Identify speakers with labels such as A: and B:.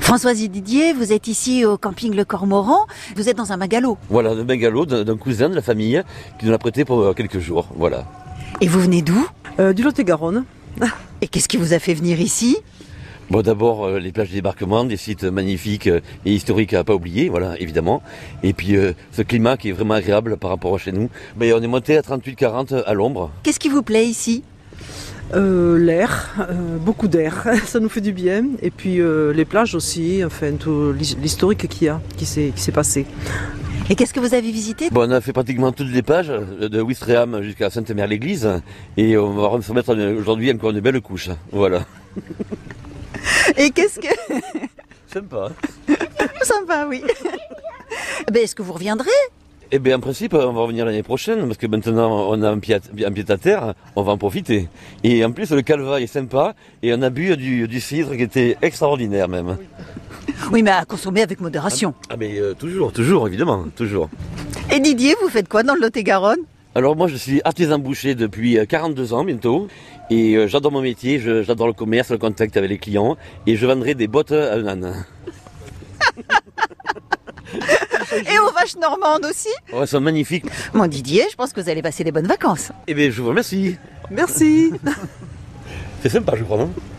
A: Françoise et Didier, vous êtes ici au camping Le Cormoran. Vous êtes dans un magalo.
B: Voilà, le bungalow d'un d'un cousin de la famille qui nous l'a prêté pour euh, quelques jours. Voilà.
A: Et vous venez d'où
C: Euh, du Lot-et-Garonne.
A: Et qu'est-ce qui vous a fait venir ici
B: Bon, d'abord, euh, les plages de débarquement, des sites magnifiques euh, et historiques à pas oublier, voilà, évidemment. Et puis, euh, ce climat qui est vraiment agréable par rapport à chez nous. Mais on est monté à 38-40 à l'ombre.
A: Qu'est-ce qui vous plaît ici
C: Euh, l'air, euh, beaucoup d'air, ça nous fait du bien. Et puis euh, les plages aussi, enfin tout l'his- l'historique qu'il y a, qui s'est qui s'est passé.
A: Et qu'est-ce que vous avez visité
B: Bon, on a fait pratiquement toutes les pages, euh, de Wistreham jusqu'à Sainte-Mère-l'Église. Et on va se mettre euh, aujourd'hui encore une belle couche. Voilà.
A: Et qu'est-ce que...
B: Sympa.
A: Sympa, oui. Ben, est-ce que vous reviendrez
B: Eh bien, en principe, on va revenir l'année prochaine, parce que maintenant, on a un pied, à, un pied à terre, on va en profiter. Et en plus, le calva est sympa, et on a bu du, du cidre qui était extraordinaire même.
A: Oui, mais à consommer avec modération.
B: Ah mais euh, toujours, toujours, évidemment, toujours.
A: Et Didier, vous faites quoi dans le Lot-et-Garonne
B: Alors moi, je suis artisan boucher depuis euh, 42 ans bientôt, et euh, j'adore mon métier, je- j'adore le commerce, le contact avec les clients, et je vendrai des bottes à un âne.
A: Et aux vaches normandes aussi
B: Oh, elles sont magnifiques.
A: Mon Didier, je pense que vous allez passer des bonnes vacances.
B: Eh bien, je vous remercie.
C: Merci.
B: C'est sympa, je crois, non